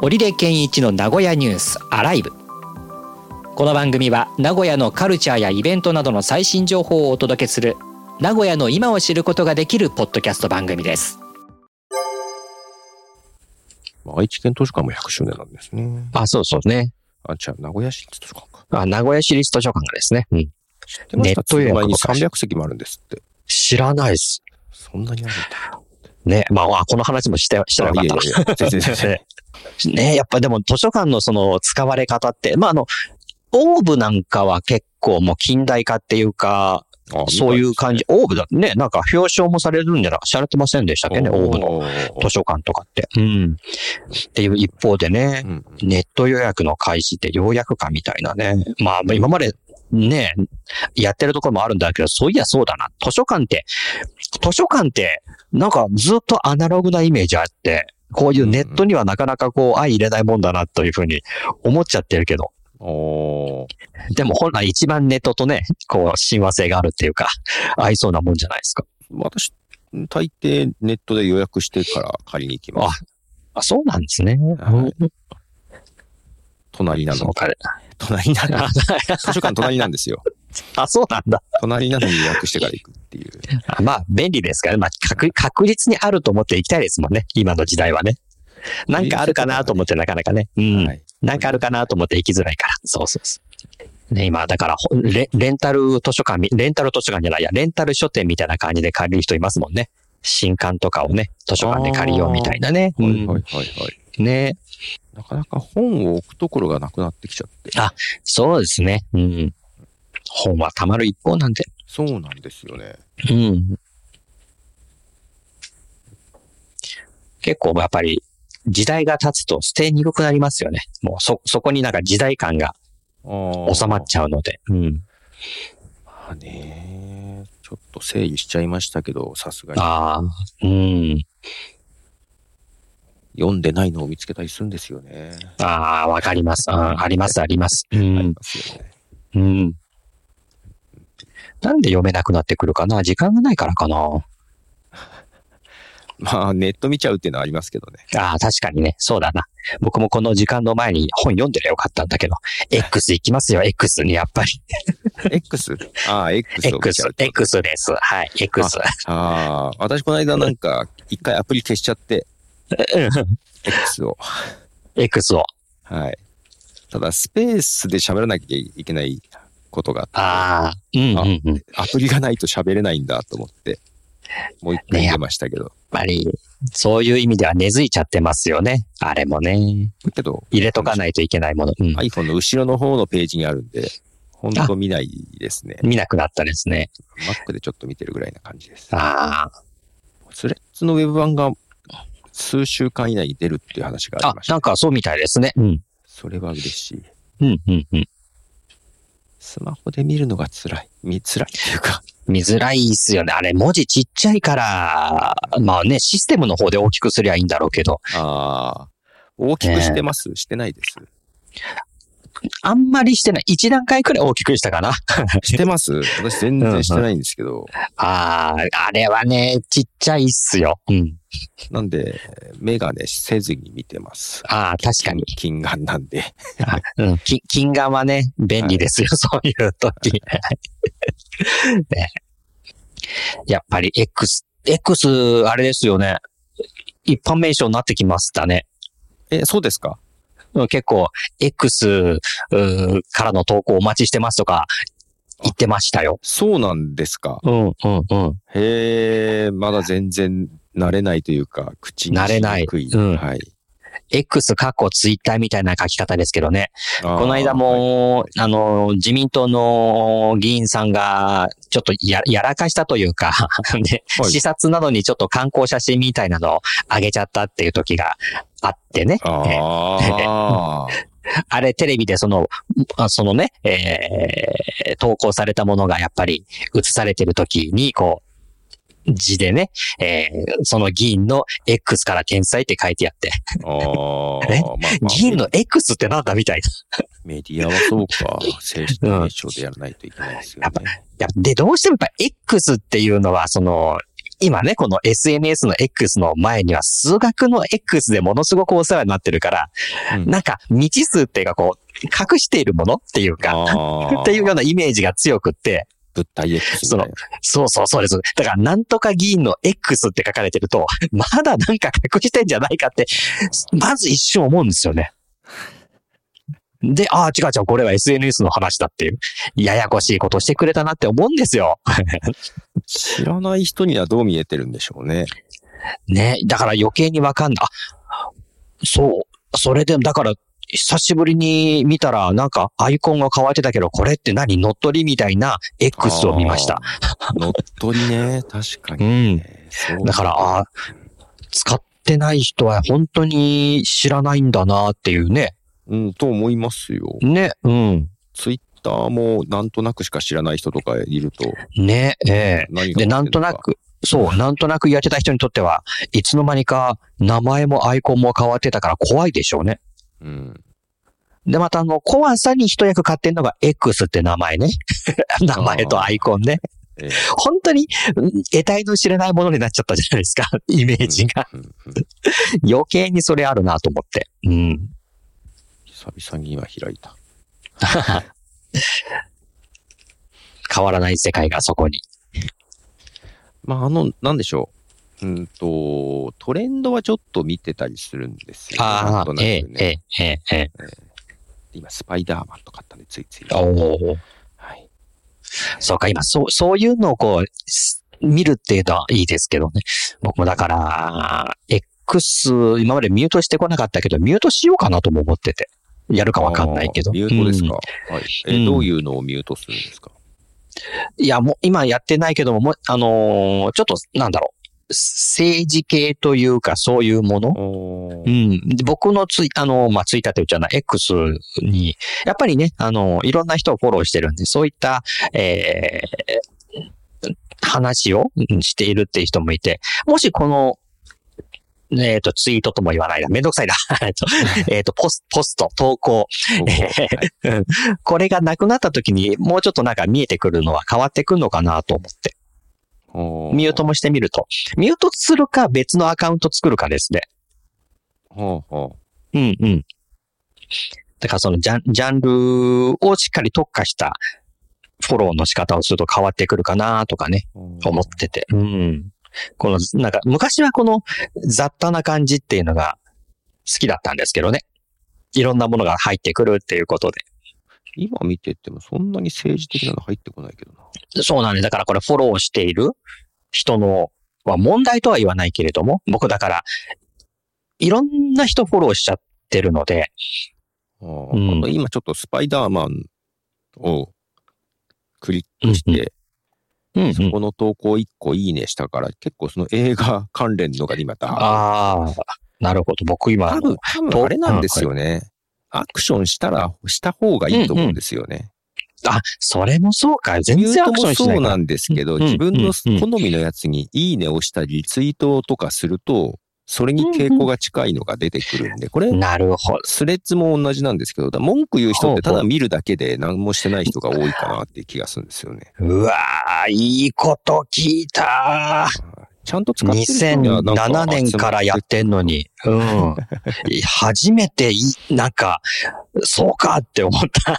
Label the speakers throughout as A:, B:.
A: 織出健一の名古屋ニュースアライブこの番組は名古屋のカルチャーやイベントなどの最新情報をお届けする名古屋の今を知ることができるポッドキャスト番組です
B: 愛知県図書館も100周年なんですね。
C: あ、そうそうね。
B: あ、じゃあ、名古屋市立図書館か。
C: あ、名古屋市立図書館がですね。うん。
B: 知ってました
C: ネット予約
B: 前に
C: とか
B: 300席もあるんですって。
C: 知らないです。
B: そんなにあるんだ。
C: ね。まあ、あこの話もして、したらよかったな。
B: 全然全然。
C: ね、やっぱでも図書館のその使われ方って、まああの、オーブなんかは結構もう近代化っていうか、
B: あ
C: そういう感じ、オーブだね、なんか表彰もされるんじゃな、されてませんでしたっけね、オーブの
B: の
C: 図書館とかって。うん。っていう一方でね、
B: うん。
C: ネット予約の開始ってようやくかみたいなね。まあ今までね、やってるところもあるんだけど、そういやそうだな。図書館って、図書館ってなんかずっとアナログなイメージあって、こういうネットにはなかなかこう相入れないもんだなというふうに思っちゃってるけど、
B: おー
C: でも本来一番ネットとね、こう親和性があるっていうか、合いそうなもんじゃないですか。
B: 私、大抵ネットで予約してから借りに行きます。
C: あ、そうなんですね。
B: はい隣な
C: そう
B: のに。
C: かね。
B: 隣なのに。 図書館隣なんですよ。
C: あ、そうなんだ。
B: 隣なのに予約してから行くっていう。
C: あまあ、便利ですからね。まあ、確、確実にあると思っていきたいですもんね。今の時代はね。なんかあるかなと思って、なかなかね。うん。
B: はい
C: なんかあるかなと思って行きづらいから。そうそうそう。ね、今、だから、ほレレンタル図書館み、レンタル図書館じゃないや、レンタル書店みたいな感じで借りる人いますもんね。新刊とかをね、図書館で借りようみたいなね。う
B: はいはい
C: ん
B: はいはい。
C: ね。
B: なかなか本を置くところがなくなってきちゃって。
C: そうですね。うん。本はたまる一方なんで。
B: そうなんですよね。
C: うん。結構やっぱり時代が経つと捨てにくくなりますよね。もうそ、そこになんか時代感が収
B: 収
C: まっちゃうので。うん。
B: まあね、ちょっと整理しちゃいましたけど、さすがに。
C: ああ、うん。
B: 読んでないのを見つけたりするんですよね。
C: ああ、わかります。うんあります、あります。う
B: あり
C: ん。
B: ますよね。
C: うん。なんで読めなくなってくるかな時間がないからかな
B: まあ、ネット見ちゃうっていうのはありますけどね。
C: ああ、確かにね。そうだな。僕もこの時間の前に本読んでりゃよかったんだけど、X 行きますよ、X にやっぱり。
B: X? ああ、X を見
C: X
B: ちゃうっ、てこと。
C: X です。はい、X。
B: ああ、私この間なんか、一回アプリ消しちゃって、X を。
C: X を。
B: はい。ただ、スペースで喋らなきゃいけないことがあっ、
C: ああ、うんうんうん。やって
B: アプリがないと喋れないんだと思って、もう一回
C: ね
B: 入れましたけど。
C: ぱり、そういう意味では根付いちゃってますよね。あれもね。
B: けど、
C: 入れとかないといけないもの。うん。
B: iPhone の後ろの方のページにあるんで、ほんと見ないですね。
C: 見なくなったですね。
B: Mac でちょっと見てるぐらいな感じです。
C: ああ。
B: スレッズのウェブ版が数週間以内に出るっていう話があ
C: あ
B: りまし、た。
C: なんかそうみたいですね。うん。
B: それは嬉しい。
C: うんうんうん。
B: スマホで見るのが辛い。見、辛いっていうか、
C: 見づらいっすよね。あれ、文字ちっちゃいから、まあね、システムの方で大きくすりゃいいんだろうけど、
B: ああ、大きくしてます、してないです。
C: あんまりしてない。一段階くらい大きくしたかな。
B: してます私全然してないんです けど、
C: ああ、あれはね、ちっちゃいっすよ。うん。
B: なんで、メガネせずに見てます。
C: ああ、確かに。
B: 近眼なんで。
C: あうん、き金眼はね、便利ですよ、そういう時、ね。やっぱり X、X、あれですよね。一般名称になってきましたね。
B: え、そうですか
C: うん結構、X うーからの投稿お待ちしてますとか言ってましたよ。
B: そうなんですか
C: うん、うん、うん。
B: へえ、まだ全然慣れないというか、口にしにく
C: 慣
B: い。
C: れないうん
B: はい。
C: X 過去ツイッターみたいな書き方ですけどね。
B: こ
C: この間 も、あの、自民党の議員さんが、ちょっとややらかしたというか、 ね
B: はい
C: 視察などにちょっと観光写真みたいなのをあげちゃったっていう時があってね。え
B: ああ。
C: あれ、テレビでその、あそのね、えー投稿されたものがやっぱり映されてる時に、こう、字でね、えーその議員の X から天才って書いてあって、
B: ああ。
C: え
B: まあまあ
C: 議員の X ってなんだみたいな。
B: メディアはそう か。正式名称でやらないといけないですよね。
C: いや、で、どうしてもやっぱ X っていうのは、その、今ね、この SNS の X の前には数学の X でものすごくお世話になってるから、
B: うん
C: なんか未知数っていうかこう、隠しているものっていうか、
B: っ
C: っていうようなイメージが強くって、
B: 物体 X
C: そ
B: み
C: の
B: たいな。
C: そうそうそうです。だから、なんとか議員の X って書かれてると、まだなんか隠してんじゃないかって、まず一瞬思うんですよね。で、ああ、違う違う、これは SNS の話だっていう、ややこしいことしてくれたなって思うんですよ。
B: 知らない人にはどう見えてるんでしょうね。
C: ね、だから余計にわかんない。あそう。それで、だから、久しぶりに見たら、なんかアイコンが変わってたけど、これって何乗っ取りみたいな X を見ました。
B: あー。乗っ取りね、確か
C: う
B: に。
C: ん。
B: そう
C: だから、ああ、使ってない人は本当に知らないんだなっていうね。
B: うん、と思いますよ。
C: ね。うん。
B: ツイッターもなんとなくしか知らない人とかいると。
C: ね。ええ
B: 何が
C: で、なんとなく、そう、なんとなくやってた人にとっては、いつの間にか名前もアイコンも変わってたから怖いでしょうね。
B: 起きてるのか。
C: で、またあの、怖さに一役買ってんのが X って名前ね。 名前とアイコンね。
B: ええ
C: 本当に、うん得体の知れないものになっちゃったじゃないですか。 イメージが。
B: うん。うんうん
C: 余計にそれあるなと思って。うん。
B: 久々に今開いた。
C: 変わらない世界がそこに。
B: まあ、あの、なんでしょう。うんと、トレンドはちょっと見てたりするんですよ。な
C: あ
B: んと
C: あ、
B: なく
C: え
B: ね
C: え、ええ、ええ、ええ。
B: 今、スパイダーマンとかあったんで、ついつい。
C: おお。
B: はい。
C: そうか、今、そう、そういうのをこう、す見るっていうのはいいですけどね。僕もだから、X、今までミュートしてこなかったけど、ミュートしようかなとも思ってて。やるかわかんないけど。
B: あーミュートです
C: うん
B: か。はい。え
C: うん
B: どういうのをミュートするんですか
C: いや、もう今やってないけども、もうあのーちょっと、なんだろう。政治系というか、そういうもの
B: お
C: う。ん。で僕のツイ、あの、まあ、ツイッターというじゃない、X に、やっぱりね、あの、いろんな人をフォローしてるんで、そういった、えー、話をうんしているっていう人もいて、もしこの、えっ、と、ツイートとも言わないな。めんどくさいな。 えっと、えーと、ポスポスト、投稿。
B: はい
C: これがなくなった時に、もうちょっとなんか見えてくるのは変わってくるのかなと思って。
B: お
C: ミュートもしてみると。ミュートするか別のアカウント作るかですね。
B: ほうほ
C: うんうん。だからそのジャンジャンルをしっかり特化したフォローの仕方をすると変わってくるかなとかね、
B: う
C: 思ってて。うん。この、なんか昔はこの雑多な感じっていうのが好きだったんですけどね。いろんなものが入ってくるっていうことで。
B: 今見ててもそんなに政治的なの入ってこないけどな。
C: そうなんで、だからこれフォローしている人の、は問題とは言わないけれども、僕だから、いろんな人フォローしちゃってるので、
B: あ
C: うん
B: ーあと今ちょっとスパイダーマンをクリックして、
C: うんうん
B: この投稿1個いいねしたから、結構その映画関連のが今だーッと
C: ああ、なるほど。僕今、
B: 多分、多分あれなんですよね。アクションしたら、した方がいいと思うんですよね。
C: あ、それもそうか。全
B: ミュ
C: 然
B: ー
C: ア
B: ト
C: クショ
B: も
C: ンし
B: そ
C: な
B: う
C: いか
B: な
C: ら。
B: んですけど、
C: うん
B: 自分の
C: うんうん
B: 好みのやつにいいねをしたり、ツイートとかすると、それに傾向が近いのが出てくるんで、これ、
C: なるほど。
B: スレッズも同じなんですけど、だ文句言う人ってた
C: ほう
B: だ
C: ほ
B: 見るだけで何もしてない人が多いかなっていう気がするんですよね。
C: うわーいいこと聞いた。
B: ちゃんと使ってる人にはなんか
C: 2007年からやってんのに。うん。 初めていい、なんか、そうかって思った。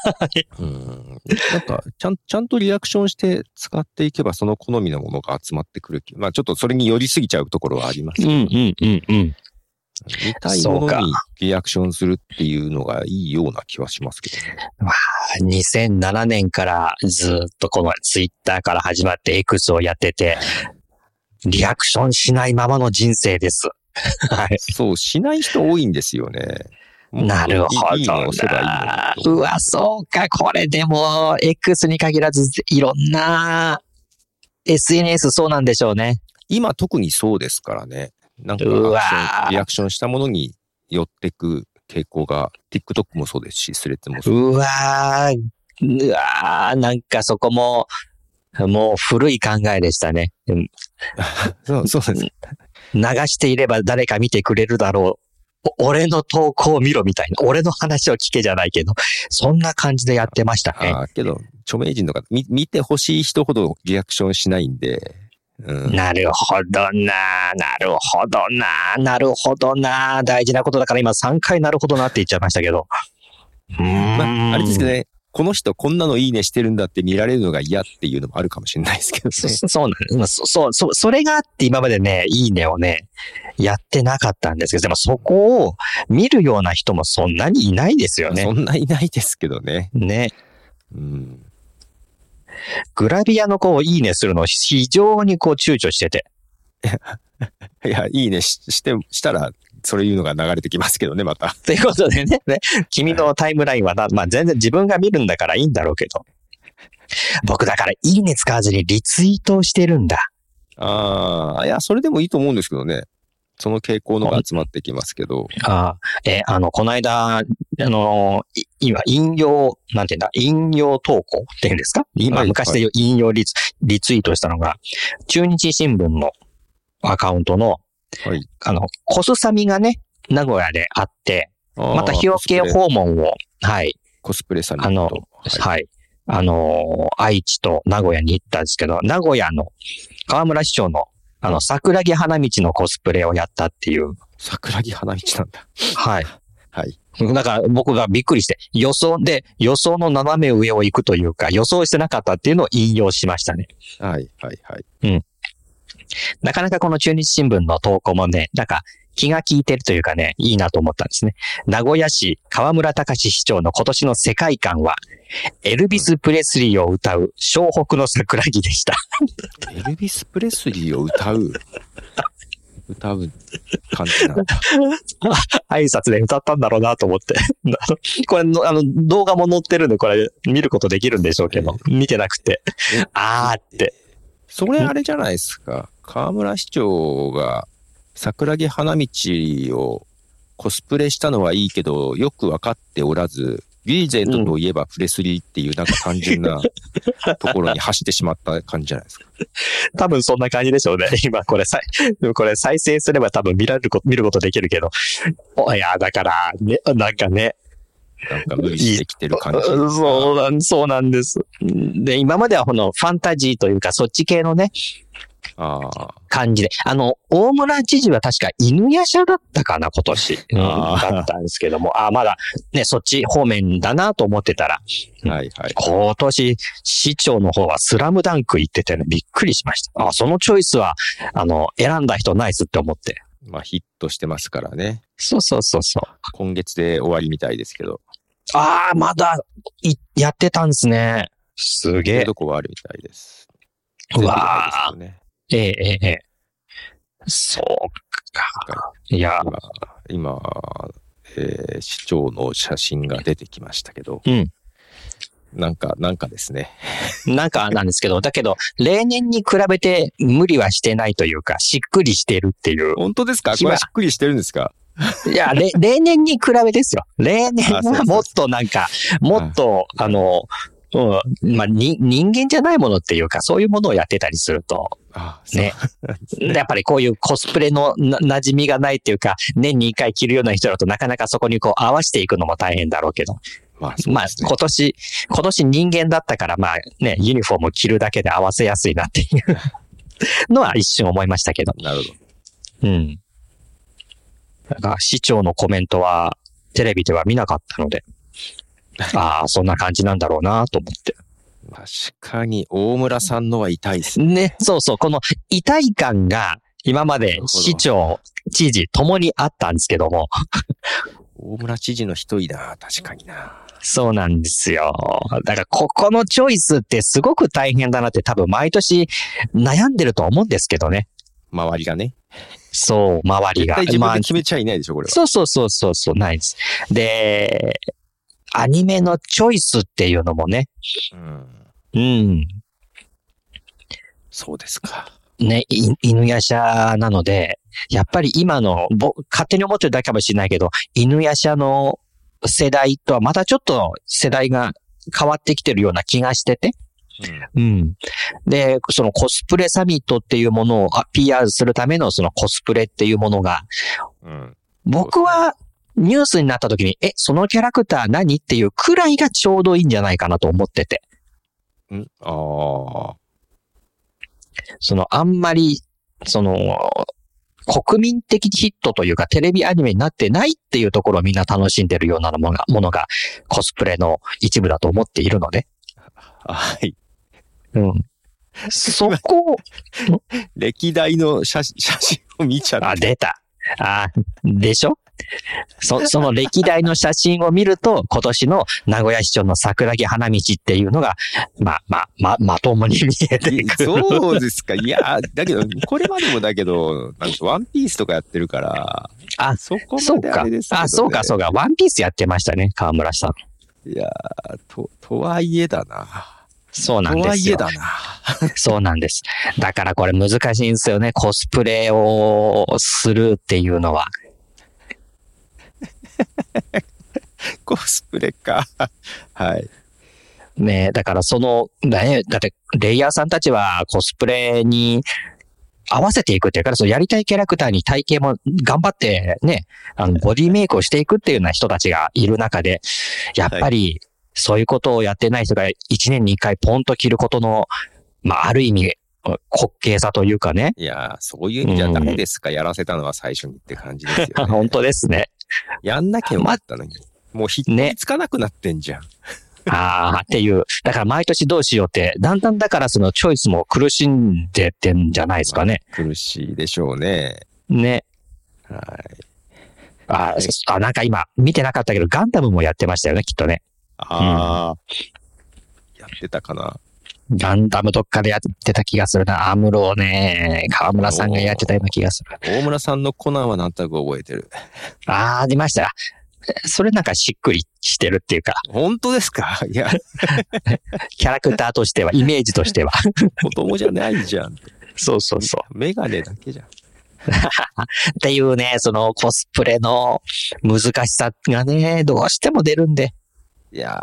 B: うんなんか、ちゃん、ちゃんとリアクションして使っていけば、その好みのものが集まってくる気。まあ、ちょっとそれに寄りすぎちゃうところはありますけど、
C: んうんうん。
B: 見たい
C: そう
B: もの
C: か
B: にリアクションするっていうのがいいような気はしますけどね。
C: 2007年からずーっとこのツイッターから始まって X をやってて、リアクションしないままの人生です。 はい。
B: そう、しない人多いんですよね。もっと
C: なるほ
B: いいいいのを
C: ど
B: 押せばいい
C: な。
B: のにと
C: うわ、そうか。これでも、X に限らず、いろんな、SNS そうなんでしょうね。
B: 今特にそうですからね。なんかアクション
C: うわ
B: リアクションしたものに寄ってく傾向が、TikTok もそうですし、スレッズ もそう。
C: うわーうわーなんかそこも、もう古い考えでしたね。うん
B: そうそうです。
C: 流していれば誰か見てくれるだろう。お俺の投稿を見ろみたいな。俺の話を聞けじゃないけど、そんな感じでやってましたね。
B: ああ、けど、著名人の方、み見てほしい人ほどリアクションしないんで、うん。
C: なるほどな、なるほどな、なるほどな、大事なことだから今3回なるほどなって言っちゃいましたけど。うーん
B: まあ、あれですけどね、この人こんなのいいねしてるんだって見られるのが嫌っていうのもあるかもしれないですけど
C: そ
B: ね。
C: そうなんですまあ。そそう、そう、それがあって今までね、いいねをね、やってなかったんですけど、でもそこを見るような人もそんなにいないですよね
B: そ。んないないですけどね。
C: ね。
B: うん。
C: グラビアの子をいいねするのを非常にこう躊躇してて。
B: いや、いいねしして、したら、それ言うのが流れてきますけどね、また。
C: ということでね、ね君のタイムラインはな、まあ全然自分が見るんだからいいんだろうけど。僕だからいいね使わずにリツイートをしてるんだ。
B: ああ、いや、それでもいいと思うんですけどね。その傾向のが集まってきますけど。
C: ああ、えーあの、この間、あのー、い今、引用、なんていうんだ、引用投稿っていうんですか今、
B: はい
C: 昔で言う引用リツリツイートしたのが、中日新聞のアカウントの、
B: はい。
C: あの、コスサミがね、名古屋であって、
B: あー
C: また日よけ
B: コスプレ
C: 訪問を、はい、
B: コスプレさん
C: あの、はい。あのー愛知と名古屋に行ったんですけど、名古屋の河村市長のあの、桜木花道のコスプレをやったっていう。
B: 桜木花道なんだ。
C: はい。
B: はい。
C: だから僕がびっくりして、予想で、予想の斜め上を行くというか、予想してなかったっていうのを引用しましたね。
B: はい、はい、はい。
C: なかなかこの中日新聞の投稿もね、なんか気が利いてるというかね、いいなと思ったんですね。名古屋市河村隆市長の今年の世界観は、エルビス・プレスリーを歌う、湘北の桜木でした。
B: エルビス・プレスリーを歌う、歌う感じなんだ。
C: 挨拶で歌ったんだろうなと思って。 あのこれの、あの、動画も載ってるんで、これ見ることできるんでしょうけど、見てなくて
B: え。
C: あーって。
B: それあれじゃないですか。河村市長が桜木花道をコスプレしたのはいいけど、よく分かっておらず、リーゼントといえばプレスリーっていうなんか単 純なところに走ってしまった感じじゃないですか。
C: 多分そんな感じでしょうね。 今これ再、でもこれ再生すれば多分見られること、見ることできるけど。おいや、だから、ね、なんかね、
B: なんか無理してきてる感じ。
C: うん そうなん、そうなんです。で、今まではこのファンタジーというか、そっち系のね、
B: ああ。
C: 感じで。あの、大村知事は確か犬夜叉だったかな、今年。うん
B: あー
C: だったんですけども、あーまだ、ね、そっち方面だなと思ってたら、
B: はいはい。
C: 今年、市長の方はスラムダンク行っててね、びっくりしました。あ、そのチョイスは、あの、選んだ人ナイスって思って。
B: まあヒットしてますからね。
C: そうそうそうそう。
B: 今月で終わりみたいですけど、
C: ああ、まだ、い、やってたんですね。すげえ。
B: どこはあるみたいです。
C: うわ
B: 全部みたいですけどね。
C: ええええええ。そうか。いや、
B: 今、えー市長の写真が出てきましたけど、
C: うん
B: なんか、なんかですね、
C: なんかなんですけど、だけど、例年に比べて無理はしてないというか、しっくりしてるって いう。
B: 本当ですかこ
C: 今
B: れしっくりしてるんですか
C: いや、れ例年に比べですよ。例年
B: あそうそ
C: は
B: う
C: もっとなんか、もっと、あの、うん、まあ、に、人間じゃないものっていうか、そういうものをやってたりすると、
B: あ
C: ねやっぱりこういうコスプレのな馴染みがないっていうか、年に一回着るような人だとなかなかそこにこう合わせていくのも大変だろうけど。
B: まあ、そう
C: まあ
B: で、すね
C: 今年、今年人間だったから、まあね、ユニフォーム着るだけで合わせやすいなっていうのは一瞬思いましたけど。
B: なるほ
C: う
B: ど。
C: ん。なんか、市長のコメントは、テレビでは見なかったの で、ああ、そんな感じなんだろうなと思って。
B: 確かに、大村さんのは痛いですね。
C: ね、そうそう、この痛い感が、今ま
B: な
C: で
B: るほど
C: 市長、知事、ともにあったんですけども、
B: 大村知事の一人だ、確かにな。
C: そうなんですよ。だから、ここのチョイスってすごく大変だなって多分毎年悩んでると思うんですけどね。
B: 周りがね。
C: そう、周り
B: 絶
C: が。
B: 対自
C: ま
B: 分
C: あ
B: で決めちゃいないでしょ、これは。
C: そうそうそうそうそう、ないです。で、アニメのチョイスっていうのもね、
B: うん、
C: うん、
B: そうですか。
C: ね、い犬夜叉なので、やっぱり今の、ぼ勝手に思ってるだけかもしれないけど、犬夜叉の世代とはまたちょっと世代が変わってきてるような気がしてて、
B: うん
C: うん。で、そのコスプレサミットっていうものをあ PR するためのそのコスプレっていうものが、
B: うん、
C: 僕はニュースになった時に、え、そのキャラクター何っていうくらいがちょうどいいんじゃないかなと思ってて。
B: うんああ、
C: その、あんまり、その、国民的ヒットというか、テレビアニメになってないっていうところをみんな楽しんでるようなものが、ものがコスプレの一部だと思っているので、
B: はい。
C: うん。そこを、
B: 歴代の写真写真を見ちゃった
C: あ、。出た。あ、でしょそその歴代の写真を見ると、 今年の名古屋市長の桜木花道っていうのが、まあまあ、ま、まともに見えてくる。
B: そうですか。いや、だけど、これまでもだけど、なんかワンピースとかやってるから、
C: あ
B: そこ
C: そ
B: ま
C: う
B: であ
C: か
B: れです。けど、ね。
C: あ、そうか、そうか。ワンピースやってましたね、河村さん。
B: いやーと、とはいえだな。
C: そうなん
B: と
C: で
B: は
C: す
B: いえ
C: よ。
B: だな。
C: そうなんです。だからこれ難しいんですよね。コスプレをするっていうのは。
B: コスプレか。 はい。
C: ねだからその、ね、だって、レイヤーさんたちはコスプレに合わせていくっていうから、そのやりたいキャラクターに体型も頑張ってね、あの、ボディメイクをしていくっていうような人たちがいる中で、やっぱり、そういうことをやってない人が一年に一回ポンと着ることの、まあ、ある意味、滑稽さというかね。
B: いやーそういう意味じゃダメですか、やらせたのは最初にって感じ ですよ、ね。
C: 本当ですね。
B: やんなきゃよかったのに。もうひっくりつかなくなってんじゃん。
C: ああ、っていう。だから毎年どうしようって、だんだんだからそのチョイスも苦しんでってんじゃないですかね。
B: 苦しいでしょうね。
C: ね。
B: はい。
C: あー、そあ、なんか今、見てなかったけど、ガンダムもやってましたよね、きっとね。
B: ああ、やってたかな。
C: ガンダムどっかでやってた気がするな。アムロをね、河村さんがやってたような気がする。
B: 大村さんのコナンはなんとなく覚えてる。
C: ああ、出ました。それなんかしっくりしてるっていうか、
B: 本当ですか いや、
C: キャラクターとして は、イメージとしては。
B: 子供じゃないじゃん。
C: そうそうそう。
B: メガネだけじゃん。
C: っていうね、そのコスプレの難しさがね、どうしても出るんで。
B: いや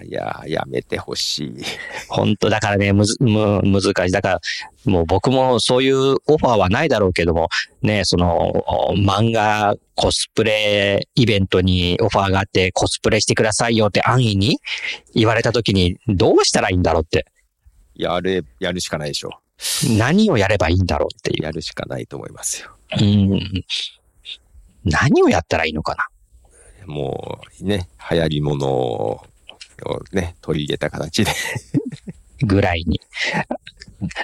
B: ー、いやー、やめてほしい。
C: 本当だからね、むず、む、難しい。だから、もう僕もそういうオファーはないだろうけども、ね、その、お漫画コスプレイベントにオファーがあって、コスプレしてくださいよって安易に言われた時に、どうしたらいいんだろうって、
B: やれ、やるしかないでしょ。
C: 何をやればいいんだろうっていう。
B: やるしかないと思いますよ。
C: うん。何をやったらいいのかな。
B: もう、ね、流行り物をね、取り入れた形で。
C: ぐらいに。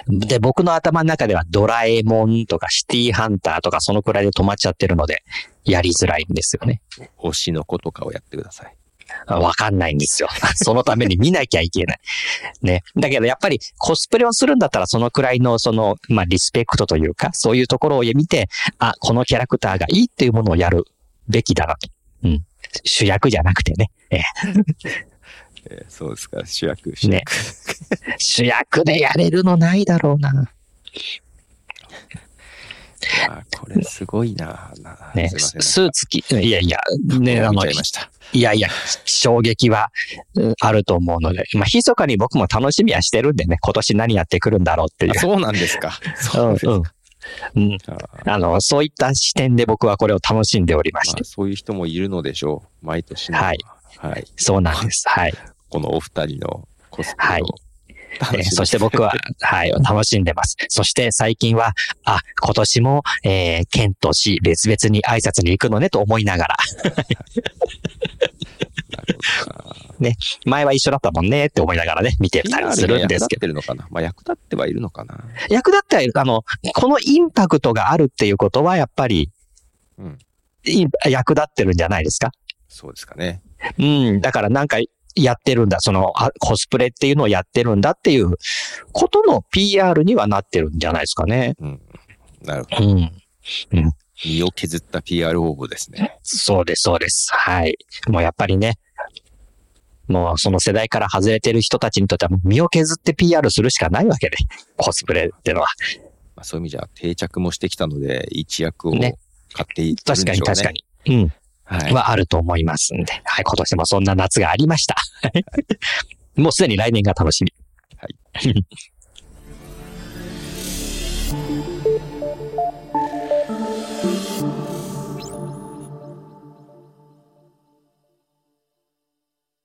C: で、僕の頭の中ではドラえもんとかシティハンターとかそのくらいで止まっちゃってるので、やりづらいんですよね。
B: 推しの子とかをやってください。
C: わかんないんですよ。 そのために見なきゃいけない。ね。だけどやっぱりコスプレをするんだったらそのくらいのその、まあリスペクトというか、そういうところを見て、あ、このキャラクターがいいっていうものをやるべきだなと。うん。主役じゃなくてね。ええ
B: えーそうですか、主役、主役。
C: ね主役でやれるのないだろうな。
B: あーこれすごいな。な
C: ね。
B: すいません。
C: スーツ着、いやいや、ね、あ
B: 見
C: の
B: ちゃ、いました。
C: いやいや、衝撃はうんあると思うので、まあ、密かに僕も楽しみはしてるんでね、今年何やってくるんだろうっていう
B: あ。そうなんですか。そうですか。
C: うんうん。うん
B: あー
C: あの、そういった視点で僕はこれを楽しんでおりまし
B: ま
C: て
B: あ、。そういう人もいるのでしょう。毎年の。
C: はい。
B: はい。
C: そうなんです。はい。
B: このお二人のコスプレを。
C: はいえ
B: 楽
C: ー
B: しみ
C: そして僕 は、はい、楽しんでます。そして最近は、あ、今年も、えー、県と市別々に挨拶に行くのねと思いなが ら、
B: なるほどな
C: 前は一緒だったもんねって思いながらね、見てたりするんですけど。
B: 役立ってるのかなまあ役立ってはいるのかな
C: 役立ってはいる。あの、このインパクトがあるっていうことは、やっぱり、
B: うん。
C: イン役立ってるんじゃないですか。
B: そうですかね。
C: うん。だからなんかやってるんだ。そのあコスプレっていうのをやってるんだっていうことの PR にはなってるんじゃないですかね。
B: なるほど。
C: うん。
B: 身を削った PR 応募ですね。
C: そうです、そうです。はい。もうやっぱりね、もうその世代から外れてる人たちにとってはもう身を削って PR するしかないわけで、コスプレってのは。
B: まあ、そういう意味じゃ定着もしてきたので、一役を買
C: ね
B: っていってる
C: 確か
B: んで
C: に
B: しょうね。
C: 確かに。うん。
B: はい。
C: はあると思いますんで。はい。今年もそんな夏がありました。もうすでに来年が楽しみ。